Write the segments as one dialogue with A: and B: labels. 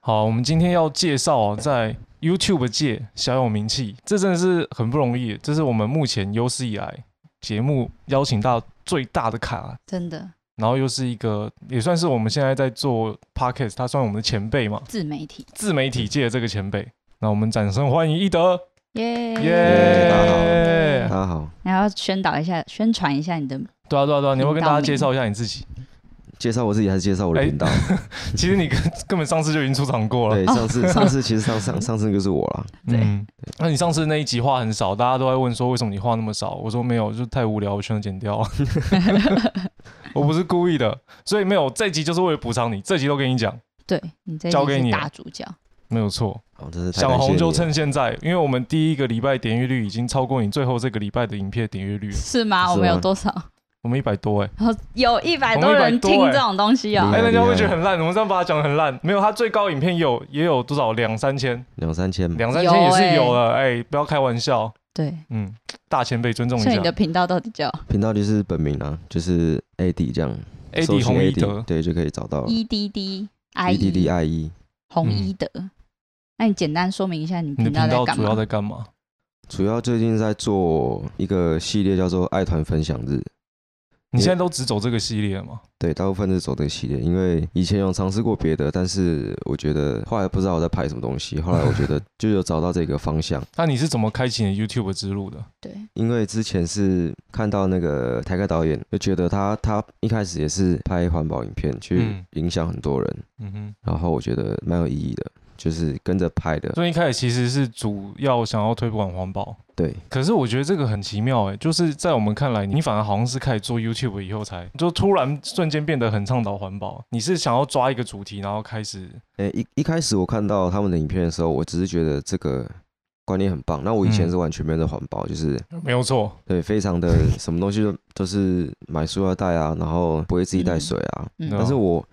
A: 好，我们今天要介绍哦在 YouTube 界小有名气，这真的是很不容易，这是我们目前有史以来节目邀请到最大的咖，
B: 真的
A: 然后又是一个也算是我们现在在做 Podcast，他算我们的前辈嘛，
B: 自媒体，
A: 自媒体界的这个前辈。那我们掌声欢迎一德，
B: 耶、
A: 耶、
C: 大家好大家好，
B: 然后宣导一下，宣传一下你的，
A: 对啊对啊对啊，你会跟大家
B: 领导名
A: 介绍一下你自己。
C: 介绍我自己还是介绍我的
A: 哎
C: 频道？
A: 其实你根根本上次就已经出场过了，
C: 对，上次上次其实上上上次就是我了，
B: 对
A: 嗯，那你上次那一集话很少，大家都在问说为什么你话那么少？我说没有，就是太无聊，我全都剪掉 了。我不是故意的，所以没有这集就是为了补偿你，这集都跟你讲，
B: 对你这一集
A: 交给
B: 是
A: 你
B: 大主角，
A: 没有错。
C: 哦，真是太
A: 想
C: 感谢
A: 红
C: 你
A: 就
C: 了
A: 趁现在，因为我们第一个礼拜点阅率已经超过你最后这个礼拜的影片点阅率了，
B: 是吗？
C: 是
B: 我们有
C: 吗
B: 多少？
A: 我们一百多哎、
B: 然后有一百
A: 我们
B: 多人
A: 100多
B: 听
A: 哎
B: 这种东西哦、
C: 厉
A: 哎、
C: 害
A: 人家会觉得
C: 厉害
A: 很烂，我们这样把它讲得很烂。没有，它最高影片有也有多少两三千，
C: 两三千嘛，
A: 两三千也
B: 有
A: 是
B: 哎
A: 有了，哎、不要开玩笑，
B: 对，
A: 嗯，大前辈尊重一
B: 所以
A: 下哦
B: 你的频道到底叫
C: 频道就是本名啊，就是 AD 这样搜
A: ，AD
C: 寻
A: 红一
C: AD
A: 德，
C: 对，就可以找到
B: E D D I
C: E D D
B: E
C: I E，
B: 红一德？那你简单说明一下你
A: 你的
B: 频道
A: 嗯频
B: 在
A: 道
B: 干
A: 主要
B: 嘛？
A: 在干嘛？
C: 主要最近在做一个系列叫做“爱团分享日
A: 你现在都只走这个系列吗？”，
C: 对，大部分是走这个系列，因为以前有尝试过别的，但是我觉得后来不知道我在拍什么东西，后来我觉得就有找到这个方向，
A: 那你是怎么开启你的 YouTube 之路的？
B: 对，
C: 因为之前是看到那个台开导演，就觉得他他一开始也是拍环保影片去
A: 嗯
C: 影响很多人，
A: 嗯哼，
C: 然后我觉得蛮有意义的，就是跟着拍的，
A: 所以一开始其实是主要想要推广环保，
C: 对，
A: 可是我觉得这个很奇妙哎、就是在我们看来，你反而好像是开始做 YouTube 以后才就突然瞬间变得很倡导环保。你是想要抓一个主题，然后开始
C: 诶、一一开始我看到他们的影片的时候，我只是觉得这个观念很棒。那我以前
A: 嗯
C: 是完全没有在环保，就是
A: 没有错，
C: 对，非常的什么东西都都是买塑料袋啊，然后不会自己带水啊。
B: 嗯
A: 对啊
C: 但是我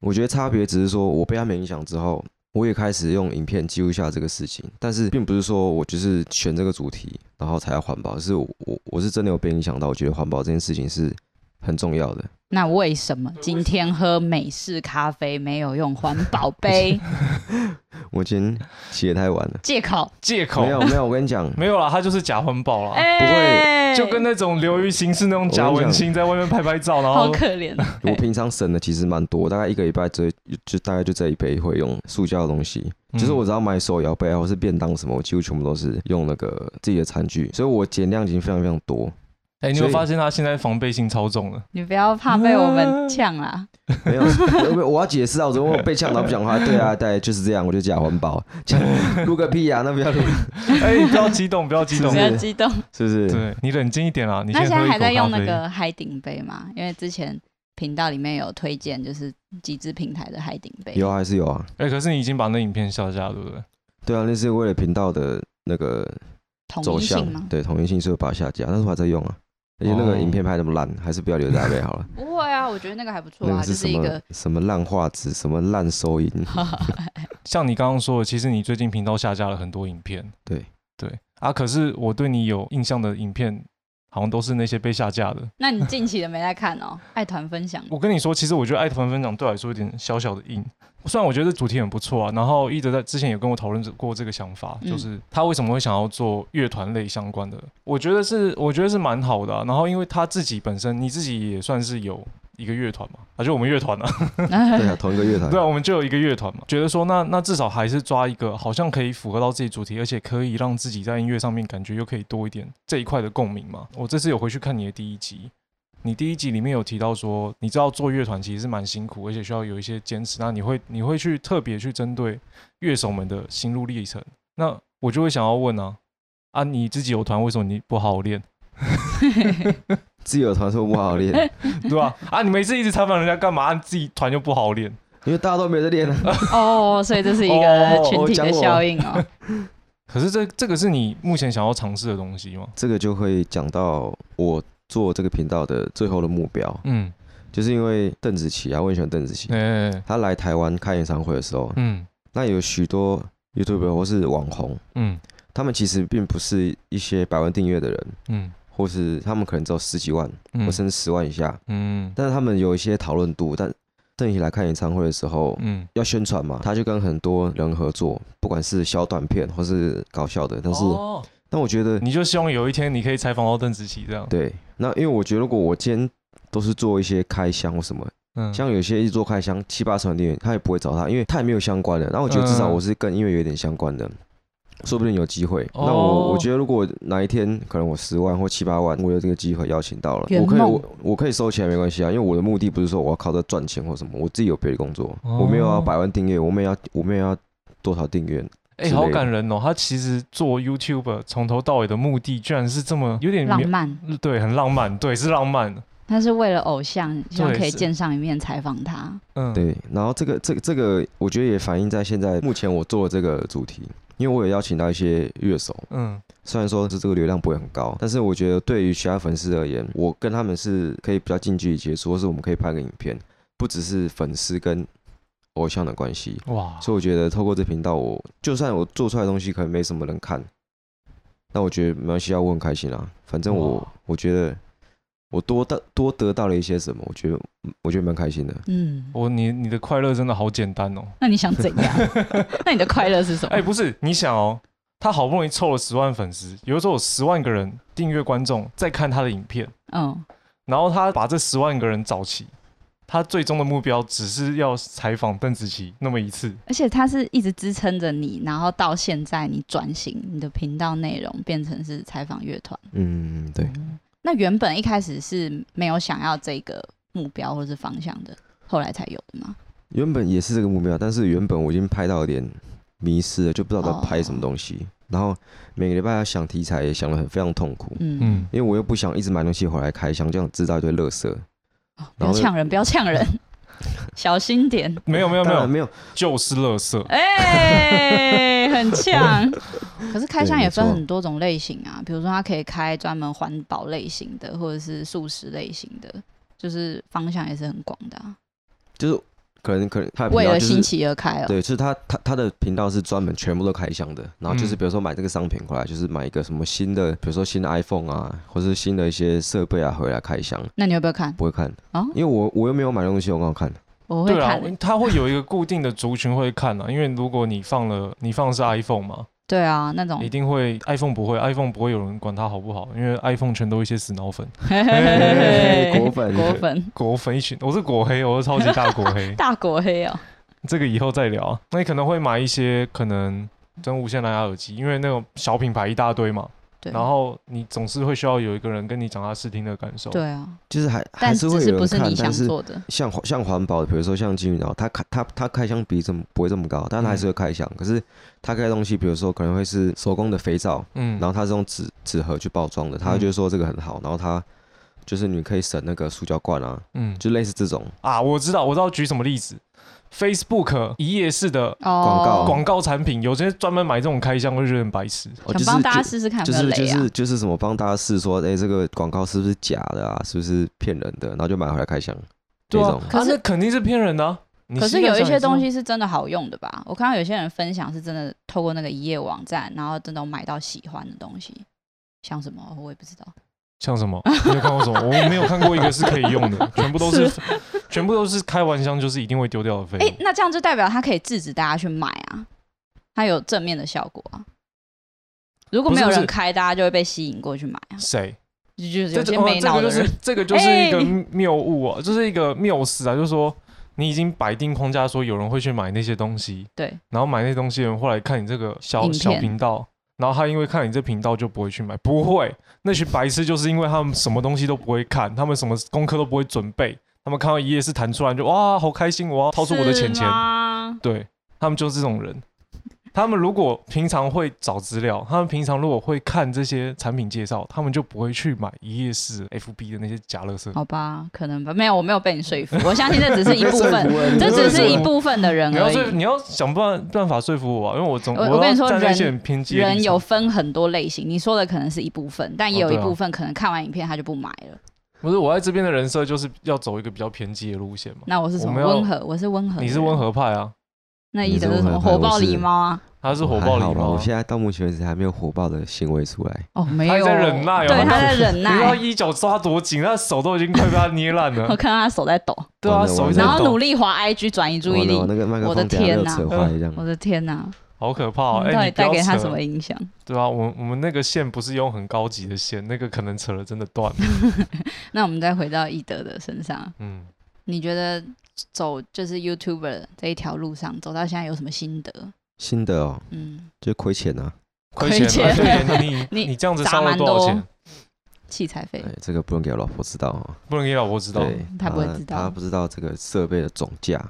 C: 我觉得差别只是说我被他们影响之后，我也开始用影片记录下这个事情，但是并不是说我就是选这个主题然后才要环保，是我我我是真的有被影响到，我觉得环保这件事情是很重要的。
B: 那为什么今天喝美式咖啡没有用环保 杯？
C: 我今天起得太晚了，
B: 借口？
A: 借口
C: 没有没有，我跟你讲，
A: 没有啦，它就是假环保啦。
B: 哎、
A: 就跟那哦种流于形式那种假文青在外面拍拍照，然
B: 好
A: 后
B: 可怜、啊。
C: 我平常省的其实蛮多，大概一个礼拜只会就大概就这一杯会用塑胶的东西，
A: 嗯
C: 就是我只要买手摇杯啊或是便当什么，我几乎全部都是用那个自己的餐具，所以我减量已经非常非常多。
A: 哎、你有没有
C: 所以
A: 发现他现在防备心超重 了？
B: 你不要怕被我们呛啊啦，
C: 没有，没有，我要解释啊，我怎么被呛到不 讲话？对啊，对，就是这样，我就假环保，录个屁啊，那不要录，
A: 哎、你不要激动，不要激动
B: 不
C: 是。
B: 要激动。
C: 是不是？
A: 对你冷静一点啦，啊你
B: 那
A: 先
B: 现
A: 喝
B: 在
A: 一口
B: 还在用
A: 咖
B: 那
A: 啡
B: 个海顶杯吗？因为之前频道里面有推荐，就是集资平台的海顶杯。
C: 有啊还是有啊？
A: 哎、可是你已经把那影片下架了，对不对？
C: 对啊，那是为了频道的那个
B: 统
C: 走
B: 一
C: 向
B: 性，吗？
C: 对，统一性是会把它下架，但是我还在用啊。而且那
A: 哦
C: 个影片拍那么烂，还是不要留在那边 好了。
B: 不会啊，我觉得那个还不错
C: 那
B: 啊，
C: 个
B: 就是是
C: 什
B: 一
C: 么
B: 个
C: 什么烂画质，什么烂 收音，
A: 像你刚刚说的，其实你最近频道下架了很多影片，
C: 对
A: 对啊。可是我对你有印象的影片，好像都是那些被下架的。
B: 那你近期的没在看哦？爱团分享
A: 我跟你说，其实我觉得爱团分享对我来说有点小小的硬。虽然我觉得这主题很不错啊，然后一直在之前有跟我讨论过这个想法，
B: 嗯
A: 就是他为什么会想要做乐团类相关的，我觉得是我觉得是蛮好的啊、然后因为他自己本身你自己也算是有一个乐团嘛，啊就我们乐团啊，
C: 对啊，同一个乐团，
A: 对啊，我们就有一个乐团嘛，觉得说那那至少还是抓一个好像可以符合到自己主题，而且可以让自己在音乐上面感觉又可以多一点这一块的共鸣嘛。我这次有回去看你的第一集，你第一集里面有提到说，你知道做乐团其实是蛮辛苦，而且需要有一些坚持。那你会你会去特别去针对乐手们的心路历程，那我就会想要问啊啊，你自己有团，为什么你不好好练，
C: 自己有团说不好 练，
A: 对吧、啊？你每次一直采访人家干嘛？啊、你自己团就不好练，
C: 因为大家都没在练啊。
B: 哦，所以这是一个
C: 哦
B: 群体
C: 讲
B: 的
C: 我
B: 效应哦。
A: 可是这这个是你目前想要尝试的东西吗？
C: 这个就会讲到我做这个频道的最后的目标，
A: 嗯，
C: 就是因为邓紫棋啊，我很喜欢邓紫棋，
A: 哎、
C: 她来台湾开演唱会的时候，
A: 嗯
C: 那有许多 YouTuber 或是网红，
A: 嗯
C: 他们其实并不是一些百万订阅的人，
A: 嗯
C: 或是他们可能只有十几万
A: 嗯
C: 或甚至十万以下，
A: 嗯
C: 但是他们有一些讨论度，但邓丽来看演唱会的时候，
A: 嗯，
C: 要宣传嘛，他就跟很多人合作，不管是小短片或是搞笑的，但是、
A: 哦
C: 但我觉得
A: 你就希望有一天你可以采访到邓紫棋这样，
C: 对，那因为我觉得如果我今天都是做一些开箱或什么，
A: 嗯，
C: 像有些一直做开箱七八成的店员，他也不会找他，因为他也没有相关的。那我觉得至少
A: 嗯
C: 我是跟音乐有点相关的，说不定有机会。
A: 哦
C: 那我我觉得如果哪一天可能我十万或七八万，我有这个机会邀请到了，
B: 圆
C: 我可以
B: 梦
C: 我我可以收钱没关系啊，因为我的目的不是说我要靠这赚钱或什么，我自己有别的工作，
A: 哦
C: 我没有要百万订阅，我没有要我没有要多少订阅，
A: 哎、
C: 之类
A: 好
C: 的
A: 感人哦！他其实做 YouTuber 从头到尾的目的，居然是这么有点
B: 浪漫，
A: 嗯对，很浪漫，对，是浪漫，
B: 他是为了偶像，希望
A: 对
B: 可以
A: 是
B: 见上一面，采访他。
A: 嗯，，
C: 对，然后这个这个这个，我觉得也反映在现在目前我做的这个主题，因为我有邀请到一些乐手，
A: 嗯，
C: 虽然说是这个流量不会很高，但是我觉得对于其他粉丝而言，我跟他们是可以比较近距离接触，或是我们可以拍个影片，不只是粉丝跟偶像的关系。
A: 哇，
C: 所以我觉得透过这频道我，就算我做出来的东西可能没什么人看，那我觉得没关系啊，我很开心啊。反正我
A: 哇
C: 我觉得我多得多得到了一些什么，我觉得我觉得蛮开心的。
B: 嗯，
A: 我你你的快乐真的好简单哦。
B: 那你想怎样？那你的快乐是什么？
A: 哎、不是，你想哦，他好不容易凑了十万粉丝，有的时候有十万个人订阅观众在看他的影片，
B: 嗯，
A: 然后他把这十万个人找齐，他最终的目标只是要采访邓紫棋那么一次。
B: 而且他是一直支撑着你，然后到现在你转型，你的频道内容变成是采访乐团。
C: 嗯，对。
B: 那原本一开始是没有想要这个目标或是方向的，后来才有的吗？
C: 原本也是这个目标，但是原本我已经拍到有点迷失了，就不知道在拍什么东
B: 哦
C: 西。然后每个礼拜要想题材，也想得很非常痛苦，
B: 嗯
A: 嗯，
C: 因为我又不想一直买东西回来开箱，这样制造一堆垃圾。
B: 哦不
C: 然
B: 要
C: 后
B: 呛人，不要呛 人，小心点。
A: 没有没有没
C: 当然
A: 有，
C: 没有，
A: 就是乐色。
B: 哎、很 呛。可是开箱
C: 对
B: 也
C: 没错
B: 分很多种类型啊，比如说它可以开专门环保类型的，或者是素食类型的，就是方向也是很广的、啊。
C: 就是可能可能他的频
B: 为
C: 道
B: 了
C: 就是
B: 新奇而开哦。
C: 对，就是他他他的频道是专门全部都开箱的，然后就是
A: 嗯
C: 比如说买这个商品回来，就是买一个什么新的，比如说新的 iPhone 啊，或是新的一些设备啊回来开箱，
B: 那你要不要看？
C: 不会看，
B: 哦，
C: 因为我我又没有买东西，我刚好看。
B: 我会
A: 对啊
B: 看、，
A: 他会有一个固定的族群会看啊，因为如果你放了你放的是 iPhone 嘛，
B: 对啊，那种
A: 一定会 iPhone 不会 iPhone 不会有人管它好不好，因为 iPhone 全都一些死脑粉、
B: 嘿嘿嘿
A: 嘿
B: 嘿
C: 果粉
B: 果粉
A: 果粉一群，我是果黑，我是超级大果黑
B: ，大果黑哦。
A: 这个以后再聊啊。那你可能会买一些可能真无线蓝牙耳机，因为那种小品牌一大堆嘛，
B: 对，
A: 然后你总是会需要有一个人跟你讲他试听的感受。
B: 对啊，
C: 就是还还
B: 但
C: 是
B: 只
C: 会
B: 是
C: 有
B: 不
C: 人
B: 是
C: 看
B: 你，想
C: 但是
B: 做的。
C: 像环像环保的，比如说像金鱼脑，它开它它开箱比这么不会这么高，但它
B: 嗯
C: 还是会开箱。可是它开的东西，比如说可能会是手工的肥皂，
A: 嗯，
C: 然后它是用纸纸盒去包装的，它
A: 嗯
C: 就说这个很好，然后它就是你可以省那个塑胶罐啊，
A: 嗯
C: 就类似这种。
A: 啊，我知道，我知道举什么例子，Facebook 一页式的
B: 哦，
C: 告
A: 广告产品，有些专门买这种开箱，我就觉得很白痴。
C: 哦，就
B: 想帮
C: 是
B: 大家
C: 就
B: 试试看有
C: 就
B: 没有
C: 是
B: 雷啊。
C: 就是就是什么帮大家试说，哎，这个广告是不是假的啊？是不是骗人的？然后就买回来开箱。
A: 对
C: 那
A: 啊
C: 种，
A: 啊
B: 可是
A: 那肯定是骗人的啊、你
B: 可是
A: 膝盖
B: 有一
A: 上
B: 些
A: 也知道
B: 东，西是真的好用的吧？我看到有些人分享是真的透过那个一页网站，然后真的有买到喜欢的东西，像什么我也不知道。
A: 像什么？你有看过什么？我没有看过一个是可以用 的，全部都是，全部都是开玩笑，就是一定会丢掉的废
B: 哎、
A: 物。
B: 那这样就代表它可以制止大家去买啊，它有正面的效果啊。如果
A: 不
B: 没
A: 是
B: 有
A: 不是
B: 人开，大家就会被吸引过去买啊，
A: 谁？
B: 就就是
A: 这
B: 有些
A: 哦
B: 没
A: 这
B: 脑
A: 个
B: 的
A: 就是
B: 人。
A: 这个就是一个
B: 哎
A: 谬误啊，就是一个谬思啊，就是说你已经摆定框架，说有人会去买那些东西，
B: 对，
A: 然后买那些东西的人后来看你这个小
B: 影
A: 小
B: 片
A: 频道，然后他因为看你这频道就不会去买，不会，那群白痴就是因为他们什么东西都不会看，他们什么功课都不会准备，他们看到一页是弹出来就哇好开心，我要掏出我的钱
B: 是
A: 钱，
B: 啊吗
A: 对他们就是这种人。他们如果平常会找资料，他们平常如果会看这些产品介绍，他们就不会去买一页式 FB 的那些假乐色。
B: 好吧，可能吧，没有，我没有被你说服，我 相信这只是一部分，
C: 分
B: 这只是
A: 你被
B: 一
A: 说服
B: 部分的人
A: 你
B: 而
A: 要
B: 已
A: 说。你要想办办法说服我、啊，因为我总
B: 我我跟
A: 要
B: 你说
A: 站在一
B: 人
A: 些很偏激的
B: 人
A: 立
B: 有
A: 场，
B: 分很多类型，你说的可能是一部分，但也
A: 哦
B: 有一
A: 对啊
B: 部分可能看完影片他就不买了。
A: 不是我在这边的人设就是要走一个比较偏激的路线嘛。
B: 那我是什
A: 我
B: 么
A: 们要
B: 温和？我是温和的人，
A: 你是温和派啊，
B: 那
C: 你
B: 一德
C: 这
B: 是
C: 么
B: 什么
C: 害怕
B: 火爆
C: 我是
B: 狸猫啊？
A: 他是火
C: 我还
A: 爆
C: 好
A: 狸
C: 吧
A: 猫
C: 我
A: 啊，
C: 现在到目前为止还没有火爆的行为出来。
B: 哦，没
A: 他还
B: 有，
A: 在忍耐哦
B: 对，他在 忍
A: 你知道他
B: 耐。
A: 衣角抓多紧，他手都已经快被他捏烂
B: 我
A: 了。
B: 看到他手在抖，
A: 对啊，
C: 完了
A: 手一直
B: 然
A: 在
B: 后努
A: 抖，
B: 力滑 IG 转移注意
C: 完了
B: 力
C: 哦我。那个麦克
B: 我的
C: 风等下
B: 天
C: 没有
B: 哪
C: 扯坏这样
B: 我。的天哪！
A: 好可怕哦！
B: 你到
A: 哎，你
B: 底
A: 不
B: 带
A: 要
B: 给他
A: 扯
B: 什么影响？
A: 对啊，我我们那个线不是用很高级的线，那个可能扯了真的 断了。
B: 那我们再回到易德的身上，
A: 嗯，
B: 你觉得走就是 YouTuber 这一条路上走到现在有什么心得？
C: 新的哦，
B: 嗯，
C: 就亏钱啊。
A: 亏
B: 亏
A: 钱了，
B: 钱
A: 对你你
B: 你
A: 你这样子
B: 砸
A: 烧了
B: 蛮
A: 多少
B: 多
A: 钱？
B: 器材费
C: 哎，这个不能给我老婆知道哦。
A: 不能给老婆知道。
C: 对，
B: 他不会知道
C: 他不知道这个设备的总价。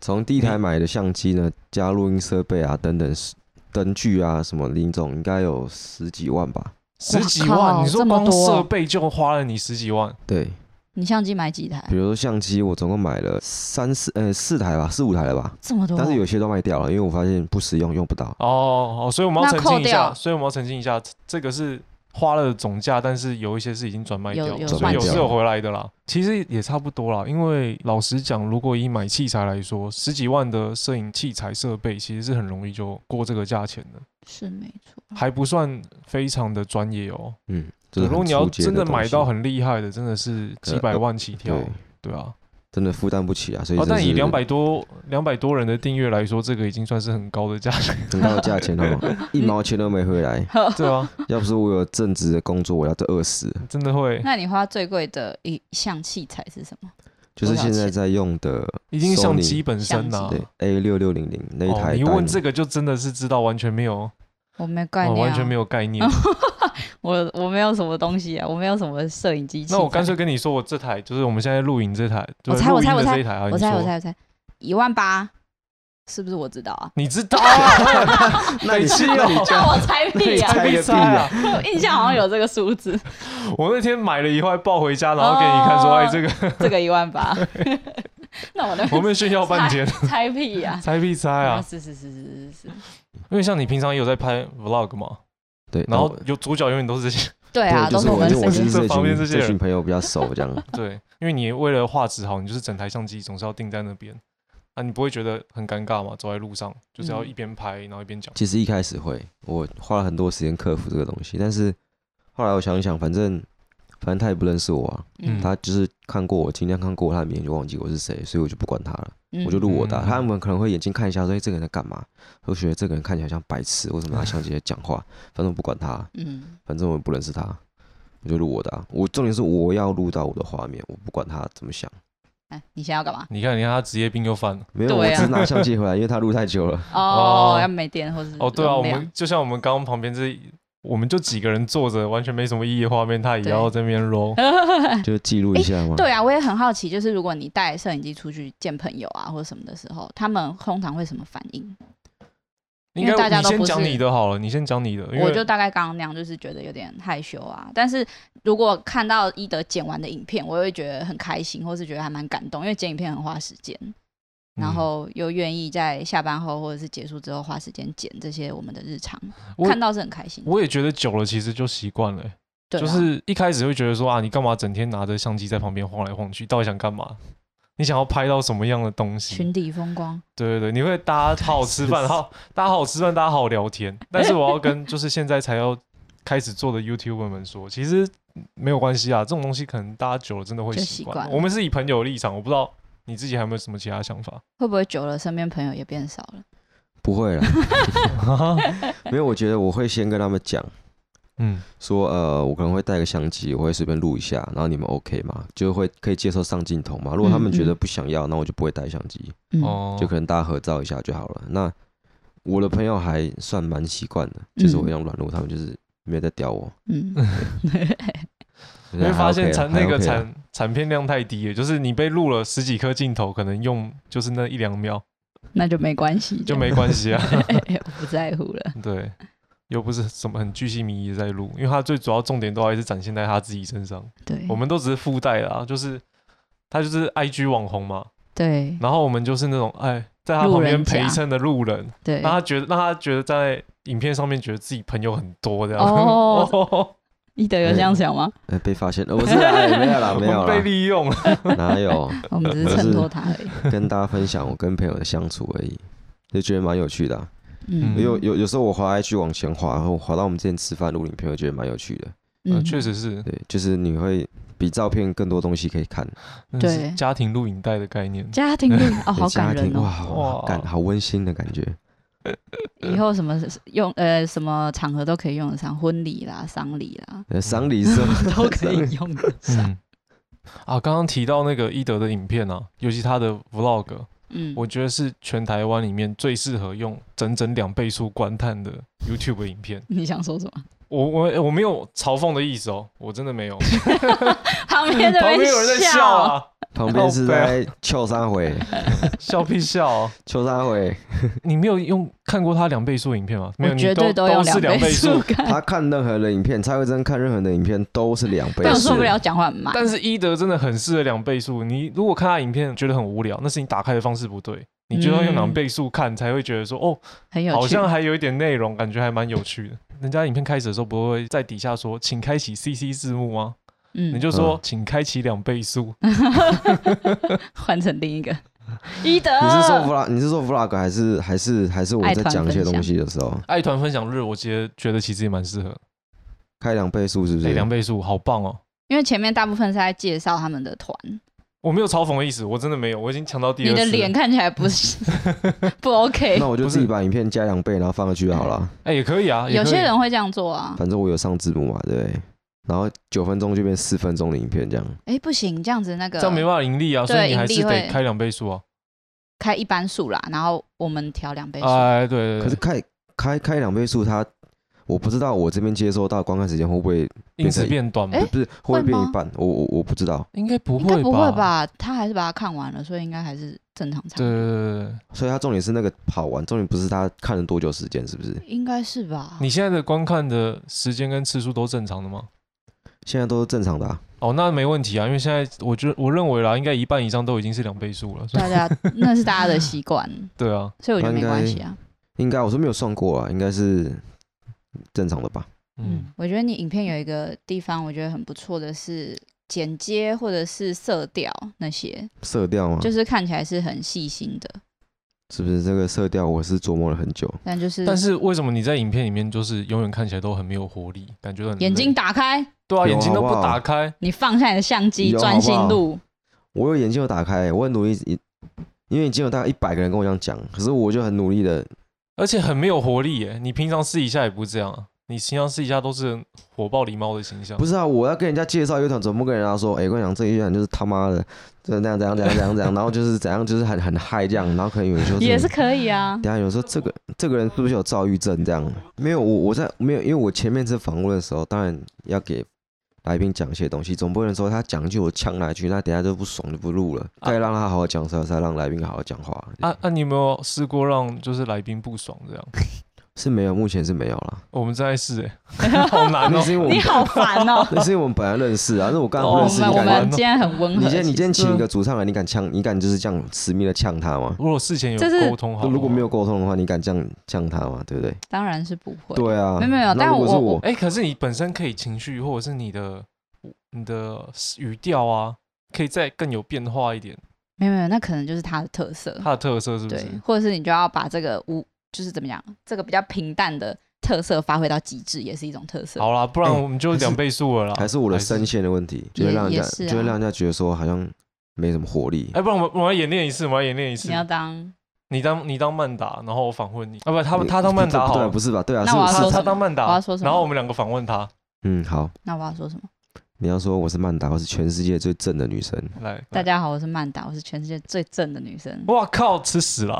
C: 从第一
A: 嗯
C: 台买的相机呢，加录音设备啊，等等是灯具啊，什么林总应该有十几万吧？
A: 十
B: 哇
A: 几
B: 靠
A: 万，你说
B: 这么
A: 光
B: 多
A: 设备就花了你十几万，
C: 对，
B: 你相机买几台？
C: 比如说相机，我总共买了三四呃四台吧，四五台了吧，
B: 这么多？
C: 但是有些都卖掉了，因为我发现不实用，用不到。
A: 哦哦，所以我们要
B: 那
A: 澄清一
B: 扣
A: 下，
B: 掉
A: 所以我们要澄清一下，这个是花了总价，但是有一些是已经转卖掉
B: 有
A: 了，
B: 有
A: 所以
C: 转
A: 有
C: 掉
A: 是
C: 了
A: 有回来的啦。其实也差不多啦，因为老实讲，如果以买器材来说，十几万的摄影器材设备其实是很容易就过这个价钱的，
B: 是没错。
A: 还不算非常的专业哦。
C: 嗯，就是
A: 如果
C: 很
A: 你要
C: 初阶
A: 真的
C: 东
A: 买
C: 西呃
A: 到很厉害的，真的是几百万起跳对
C: 对，，
A: 啊。
C: 真的负担不起啊，所以
A: 哦，
C: 真
A: 但
C: 是
A: 以两百多两百多人的订阅来说，这个已经算是很高的价 钱，
C: 很高的价 钱哦，一毛钱都没回来。
A: 对啊，
C: 要不是我有正职的工作，我要都饿死了。
A: 真的会
B: 那你花最贵的一项器材是什么？
C: 就是
B: 多少
C: 现在
B: 钱
C: 在用的，
A: 已经相
C: Sony
A: 机本身
B: 相
A: 呐、
B: 机
C: 对 A 六六零零那一
A: 啊哦，
C: 台
A: 你
C: 单，
A: 问这个就真的是知道完全没有，
B: 我没概
A: 哦、
B: 念、啊
A: 完全没有概念。
B: 我我没有什么东西啊，我没有什么摄影机器材。
A: 那我干脆跟你说，我这台就是我们现在录影这台，就
B: 我
A: 是
B: 猜
A: 录
B: 我猜
A: 音的
B: 我猜
A: 这一台啊。
B: 我猜
A: 你
B: 我
A: 说
B: 猜我猜，一万八，是不是我知道啊？
A: 你知 道啊？
C: 那你
A: 北七
C: 那你
A: 哦，
B: 那我猜 屁啊！
C: 猜个屁
A: 啊！
B: 我印象好像有这个数字，
A: 我那天买了一块抱回家，然后给你看说，
B: 哦
A: 哎，这个
B: 这个一万 八。 那我那
A: 我
B: 边
A: 们炫耀半 天，
B: 猜屁呀、
A: 猜必猜
B: 啊！
A: 啊！
B: 是是是是是是，
A: 因为像你平常也有在拍 vlog 嘛，
C: 对，
A: 然后
C: 我
A: 有主角永远都是这 些，
B: 对啊，
C: 就
B: 都
C: 是
B: 我
C: 我
B: 们
C: 就我
A: 身
C: 就是
A: 边
B: 身
C: 这
A: 这方面
C: 群
A: 这些人
C: 这群朋友比较熟，这样
A: 对，因为你为了画质好，你就是整台相机总是要定在那边啊，你不会觉得很尴尬嘛？走在路上就是要
B: 嗯
A: 一边拍，然后一边讲。
C: 其实一开始会，我花了很多时间克服这个东西，但是后来我想一想，反正反正他也不认识我啊，
A: 嗯
C: 他就是看过我，今天看过他的名就忘记我是谁，所以我就不管他了，
B: 嗯
C: 我就录我的啊。
A: 嗯
C: 他们可能会眼睛看一下，说哎这个人在干嘛？我就觉得这个人看起来像白痴，为什么拿相机在讲话？反正我不管他，啊
B: 嗯，
C: 反正我也不认识他，我就录我的啊。我重点是我要录到我的画面，我不管他怎么想。
B: 哎，你现在要干嘛？
A: 你看，你看他职业病又犯了。
C: 没有，我
B: 对啊
C: 只是拿相机回来，因为他录太久了。
A: 哦
B: 哦，要没电或者
A: 哦，对啊，我们就像我们刚刚旁边这，我们就几个人坐着，完全没什么意义的画面，他也
B: 对
A: 要这边 roll。
C: 就记录一下 嘛。
B: 对啊，我也很好奇，就是如果你带摄影机出去见朋友啊或者什么的时候，他们通常会什么反应？
A: 应
B: 因为大
A: 该
B: 家
A: 你
B: 都
A: 先
B: 不
A: 讲
B: 是
A: 你的好了，你先讲你的，因
B: 我就
A: 为
B: 大概刚刚那样，就是觉得有点害羞啊。但是如果看到一德剪完的影片，我会觉得很开心，或是觉得还蛮感动，因为剪影片很花时间，
A: 嗯
B: 然后又愿意在下班后或者是结束之后花时间剪这些我们的日常
A: 我，
B: 看到是很开心的。
A: 我也觉得久了其实就习惯了欸、
B: 对啊，
A: 就是一开始会觉得说啊，你干嘛整天拿着相机在旁边晃来晃去，到底想干嘛？你想要拍到什么样的东西？
B: 群体风光，
A: 对对对，你会大家好好 吃饭，好大家好好吃饭，大家好好聊天。但是我要跟就是现在才要开始做的 YouTuber 们说，其实没有关系啊，这种东西可能大家久了真的会
B: 就
A: 习
B: 习
A: 惯
B: 惯
A: 的。
B: 了
A: 我们是以朋友的立场，我不知道你自己还有没有什么其他想 法。
B: 会不会久了身边朋友也变少了？
C: 不会啦，没有，我觉得我会先跟他们讲，
A: 嗯，
C: 说呃，我可能会带个相机，我会随便录一下，然后你们 OK 吗？就会可以接受上镜头嘛。如果他们觉得不想要，那我就不会带相机，
B: 嗯，
A: 哦，
C: 就可能大家合照一下就好了。那我的朋友还算蛮习惯的，
A: 嗯
C: 就是我用软弱，他们就是没有在屌我。啊
B: 嗯，
C: 你
A: 你会发现产那个产产片量太低了，就是你被录了十几颗镜头，可能用就是那一两秒
B: 那就没关系，
A: 就没关系 啊。
B: 我不在乎了。
A: 对，又不是什么很巨细靡遗的在录，因为他最主要重点都还是展现在他自己身上，
B: 对，
A: 我们都只是附带啦，就是他就是 IG 网红嘛，
B: 对
A: 然后我们就是那种哎，在他
B: 路
A: 旁边
B: 人甲
A: 陪衬的路人，
B: 对
A: 让他觉得让他觉得在影片上面觉得自己朋友很多这样。
B: 哦一德有这 样想吗？
C: 呃被发现，呃 不是啦，哎没有啦，
A: 我
C: 没有
A: 们被
C: 啦，
A: 利用了，
C: 哪有？
B: 我们只是衬托他而已。
C: 跟大家分享我跟朋友的相处而已。就觉得蛮有趣的、啊。
A: 嗯
C: 有有有时候我滑 IG 往前滑，然后滑到我们之前吃饭录影片，我觉得蛮有趣的。
A: 呃
B: 嗯
A: 确、实是，
C: 对，就是你会比照片更多东西可以看。
A: 那是
B: 对
A: 家庭录影带的概念，
B: 家庭录影 哦，
C: 对
B: 好
C: 家
B: 感人
C: 庭哇，
B: 哦！
C: 好
A: 哇
C: 感好温馨的感觉。
B: 以后什么用呃什么场合都可以用得上，婚礼啦、丧礼 啦
C: 呃丧礼是
B: 都可以用得上。
A: 嗯。啊，刚刚提到那个伊德的影片啊，尤其他的 vlog，
B: 嗯，
A: 我觉得是全台湾里面最适合用整整两倍速观看的 YouTube 影片。
B: 你想说什 么？
A: 我我我没有嘲讽的意思哦，我真的 没有。
B: 旁边的
A: 旁边有人在笑
B: 笑，
A: 啊，
C: 旁边是在秋山回，
A: 笑屁笑哦、
C: 秋山回，
A: 你没有用看过他两倍速影片吗？没有，
B: 我
A: 你
B: 绝对
A: 都
B: 用
A: 是两
B: 倍
A: 速。
B: 看。
C: 他看任何的影片，蔡慧珍看任何的影片都是两倍
B: 但我
C: 速
B: 受不。了讲话很慢。
A: 但是伊德真的很适合两倍速。你如果看他影片觉得很无聊，那是你打开的方式不对，你就要用
B: 嗯
A: 两倍速看，才会觉得说哦，
B: 很有趣，
A: 好像还有一点内容，感觉还蛮有趣的。人家影片开始的时候不会在底下说请开启 CC 字幕吗？
B: 嗯，
A: 你就说
C: 嗯
A: 请开启两倍速。
B: 换成另一个伊德，
C: 你是说 vlog？你是说 vlog 还是还是还是我在讲一些东西的时候
A: 爱团分享日，我觉得觉得其实也蛮适合，
C: 开两倍速是不
A: 哎，
C: 是？
A: 两倍速好棒哦。
B: 因为前面大部分是在介绍他们的团，
A: 我没有嘲讽的意思，我真的没有，我已经强到第二
B: 你
A: 次了。
B: 的脸看起来不是不 OK
C: 那。我就自己
A: 不
C: 把影片加两倍，然后放上去就好了。
A: 哎、也可以啊，也
B: 有
A: 可以
B: 些人会这样做啊，
C: 反正我有上字幕嘛，对不对。然后九分钟就变四分钟的影片这样。
B: 哎，不行，这样子那个
A: 这样没办法盈利啊，所以
B: 对
A: 你还是
B: 盈利
A: 得
B: 会
A: 开两倍数啊。
B: 开一般数啦，然后我们调两倍数，
A: 哎，对对对，
C: 可是开开开两倍速，它我不知道我这边接收到观看时间会不会
A: 因
C: 变
A: 此
C: 成
A: 变短吗？
B: 哎
C: 不是会不会
B: 会
C: 变
B: 吗
C: 一半？我我我不知道，
A: 应该不
B: 应该
A: 会，
B: 不会？吧？他还是把它看完了，所以应该还是正常长
A: 对
B: 度，
A: 对对
B: 哦
A: 对对，
C: 所以它重点是那个跑完，重点不是它看了多久时间，是不是？
B: 应该是吧？
A: 你现在的观看的时间跟次数都正常的吗？
C: 现在都是正常的、啊，
A: 哦，那没问题啊，因为现在我觉得我认为啦，应该一半以上都已经是两倍数了。所以
B: 大家 那是大家的习惯，
A: 对啊，
B: 所以我觉得没关系啊。
C: 应该我是没有算过啊，应该是正常的吧？
A: 嗯
B: 嗯，，我觉得你影片有一个地方我觉得很不错的是剪接或者是色调那些，
C: 色调吗？
B: 就是看起来是很细心的，
C: 是不是这个色调我是琢磨了很久，
B: 但就是
A: 但是为什么你在影片里面就是永远看起来都很没有活力，感觉很
B: 眼
A: 累
B: 睛打开，
A: 对啊，
C: 有
A: 眼睛都
C: 好不
A: 不
C: 好
A: 打开，
B: 你放下你的相机，
C: 有
B: 专心
C: 好不好
B: 录，
C: 我有眼睛有打开、我很努力，因为已经有大概一百个人跟我这样讲，可是我就很努力的，
A: 而且很没有活力耶。你平常试一下也不这样啊，你平常试一下都是火爆狸猫的形象
C: 不。是啊，我要跟人家介绍乐团，怎么不跟人家说？哎、跟你讲这乐团就是他妈的，这那样怎样怎样怎样怎样，然后就是怎样就是很很嗨这样，然后可能有人 说
B: 也是可以啊。
C: 等一下有时候这个这个人是不是有躁郁症这样？没有，我我在没有，因为我前面是访问的时候，当然要给来宾讲一些东西，总不能说他讲一句我呛来句，那等一下就不爽就不录了。
A: 啊
C: 该让他好好讲，才才让来宾好好讲话。
A: 啊啊！你有没有试过让就是来宾不爽这样？
C: 是没有，目前是没有啦。
A: 我们正在试 哎、好难
C: 那
A: 哦、
C: 是因为我
B: 你
C: 们、
B: 好烦哦
C: 那是因为我们本来认识啊， 那我刚刚
A: 哦
C: 认
B: 我
C: 识
B: 们
C: 你
B: 我
C: 感觉。
B: 们今天很温和。
C: 你今天你今天
A: 其实
C: 请一个主唱来，你敢呛？你敢就是这样死命的呛他吗？
A: 如果事前
B: 这
A: 有
B: 是
A: 沟通好，
C: 如果没有，沟通的话，你敢这样呛他吗？对不对？
B: 当然是不会。
C: 对啊，
B: 没有没有
C: 那
B: 但
C: 如果是
B: 我
C: 我
B: 我，
A: 哎、可是你本身可以情绪或者是你的你的语调啊，可以再更有变化一点，
B: 没有没有，那可能就是它的特色。
A: 它的特色是不
B: 对
A: 是？，
B: 或者是你就要把这个无，就是怎么讲，这个比较平淡的特色发挥到极致，也是一种特色。
A: 好啦，不然
C: 哎
A: 我们就
C: 还是
A: 两倍速了啦。
C: 还是我的声线的问题，就会
B: 也
C: 让人
B: 也
C: 家、
B: 是
C: 就会
B: 啊
C: 让人家觉得说好像没什么活力
A: 哎、。不然我们我们来演练一次，我们来演练一次
B: 你。要当
A: 你当你当曼达，然后我访问你啊，不，他
C: 你
A: 他当曼达
C: 不
A: 好
C: 对，
A: 了，
C: 不是吧？对啊，
B: 那
C: 是
B: 我要
C: 是
A: 他
B: 说
A: 他
B: 什
A: 当
B: 么
A: 曼
B: 我
A: 达
B: 要说，什么
A: 然后我们两个访问他，
C: 嗯，好，
B: 那我要说什么？
C: 你要说我是曼达，我是全世界最正的女生，。
A: 来，
B: 大
A: 来，。
B: 家好，我是曼达，我是全世界最正的女生
A: 哇靠，吃屎了！